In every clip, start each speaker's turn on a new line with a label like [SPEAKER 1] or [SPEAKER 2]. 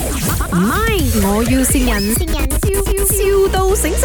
[SPEAKER 1] 唔係，我要善人，笑笑到醒神。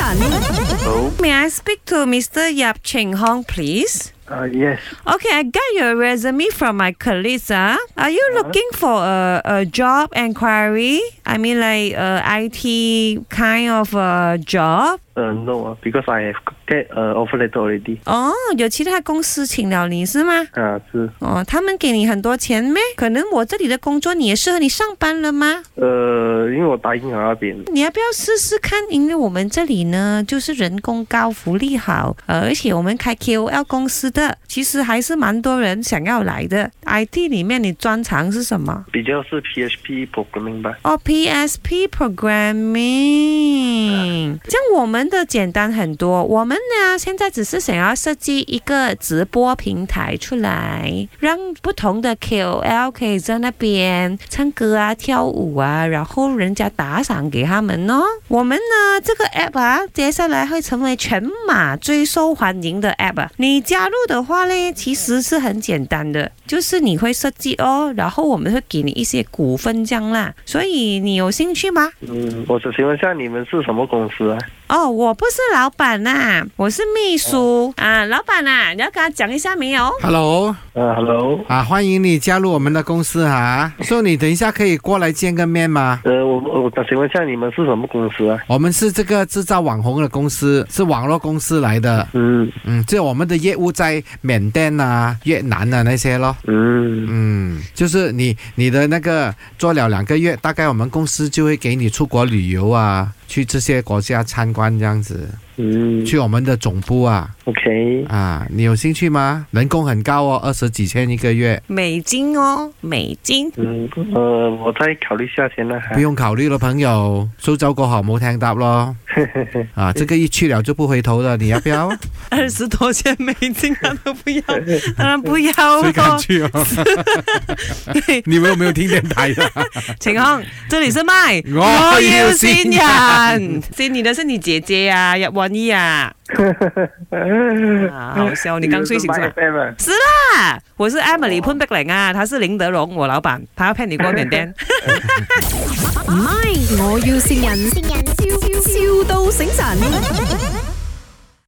[SPEAKER 2] Hello.
[SPEAKER 3] May I speak to Mr. Yap Cheng Hong, please?
[SPEAKER 2] Uh, yes.
[SPEAKER 3] Okay, I got your resume from my colleagues. Ah, Are you looking for a, a job inquiry? I mean, like uh, IT kind of a job?
[SPEAKER 2] Uh, no, uh, because I have get uh, offer letter already.
[SPEAKER 3] 哦，有其他公司请了你是吗？
[SPEAKER 2] Uh, 是
[SPEAKER 3] 哦，他们给你很多钱咩？可能我这里的工作你也适合，你上班了吗？
[SPEAKER 2] 呃，因为我打银行那边，
[SPEAKER 3] 你要不要试试看？因为我们这里呢，就是人工高，福利好，呃，而且我们开 KOL 公司的，其实还是蛮多人想要来的。IT 里面你专长是什么？
[SPEAKER 2] 比较是 PHP programming 吧。
[SPEAKER 3] 哦，PSP programming，像我们的简单很多。我们呢，现在只是想要设计一个直播平台出来，让不同的 KOL 可以在那边唱歌啊、跳舞啊，然后人家打赏给他们哦。我们呢，这个 app 啊，接下来会成为全马最受欢迎的 app 啊。你加入的话呢，其实是很简单的，就是你会设计哦，然后我们会给你一些股份这样啦。所以你有兴趣吗？
[SPEAKER 2] 嗯，我只请问一下，你们是什么公司啊？
[SPEAKER 3] 哦，我不是老板呐、我是秘书啊。老板啊，你要跟他讲一下没有？
[SPEAKER 4] Hello，
[SPEAKER 2] 呃、h e l l o
[SPEAKER 4] 啊，欢迎你加入我们的公司啊！说、你等一下可以过来见个面吗？
[SPEAKER 2] 呃，我我想请问一下，你们是什么公司啊？
[SPEAKER 4] 我们是这个制造网红的公司，是网络公司来的。
[SPEAKER 2] 嗯
[SPEAKER 4] 嗯，这我们的业务在缅甸啊、越南啊那些咯。
[SPEAKER 2] 嗯，
[SPEAKER 4] 嗯，就是你你的那个做了两个月，大概我们公司就会给你出国旅游啊，去这些国家参观这样子，
[SPEAKER 2] 嗯
[SPEAKER 4] 去我们的总部啊
[SPEAKER 2] ，OK，
[SPEAKER 4] 啊，你有兴趣吗？人工很高哦，二十几千一个月，
[SPEAKER 3] 美金哦，美金。
[SPEAKER 2] 嗯，呃，我再考虑一下先啦、
[SPEAKER 4] 不用考虑了，朋友，收走过后冇听答咯。啊，这个一去了就不回头了，你要不要？
[SPEAKER 3] 二十多千美金他都 不要，当然不要哦。
[SPEAKER 4] 去哦？ 你们有没有听电台啊的？
[SPEAKER 3] 晴空，这里是麦，
[SPEAKER 4] 我要先
[SPEAKER 3] 人，先你的是你姐姐啊，入温衣 啊，啊好笑，你刚睡醒是 吧？
[SPEAKER 2] ？FM 啊
[SPEAKER 3] 是啦，我是 Emily 潘碧玲啊，她是林德荣，我老板，她要骗你过缅甸。
[SPEAKER 1] 唔係，我要善人，笑笑到醒神。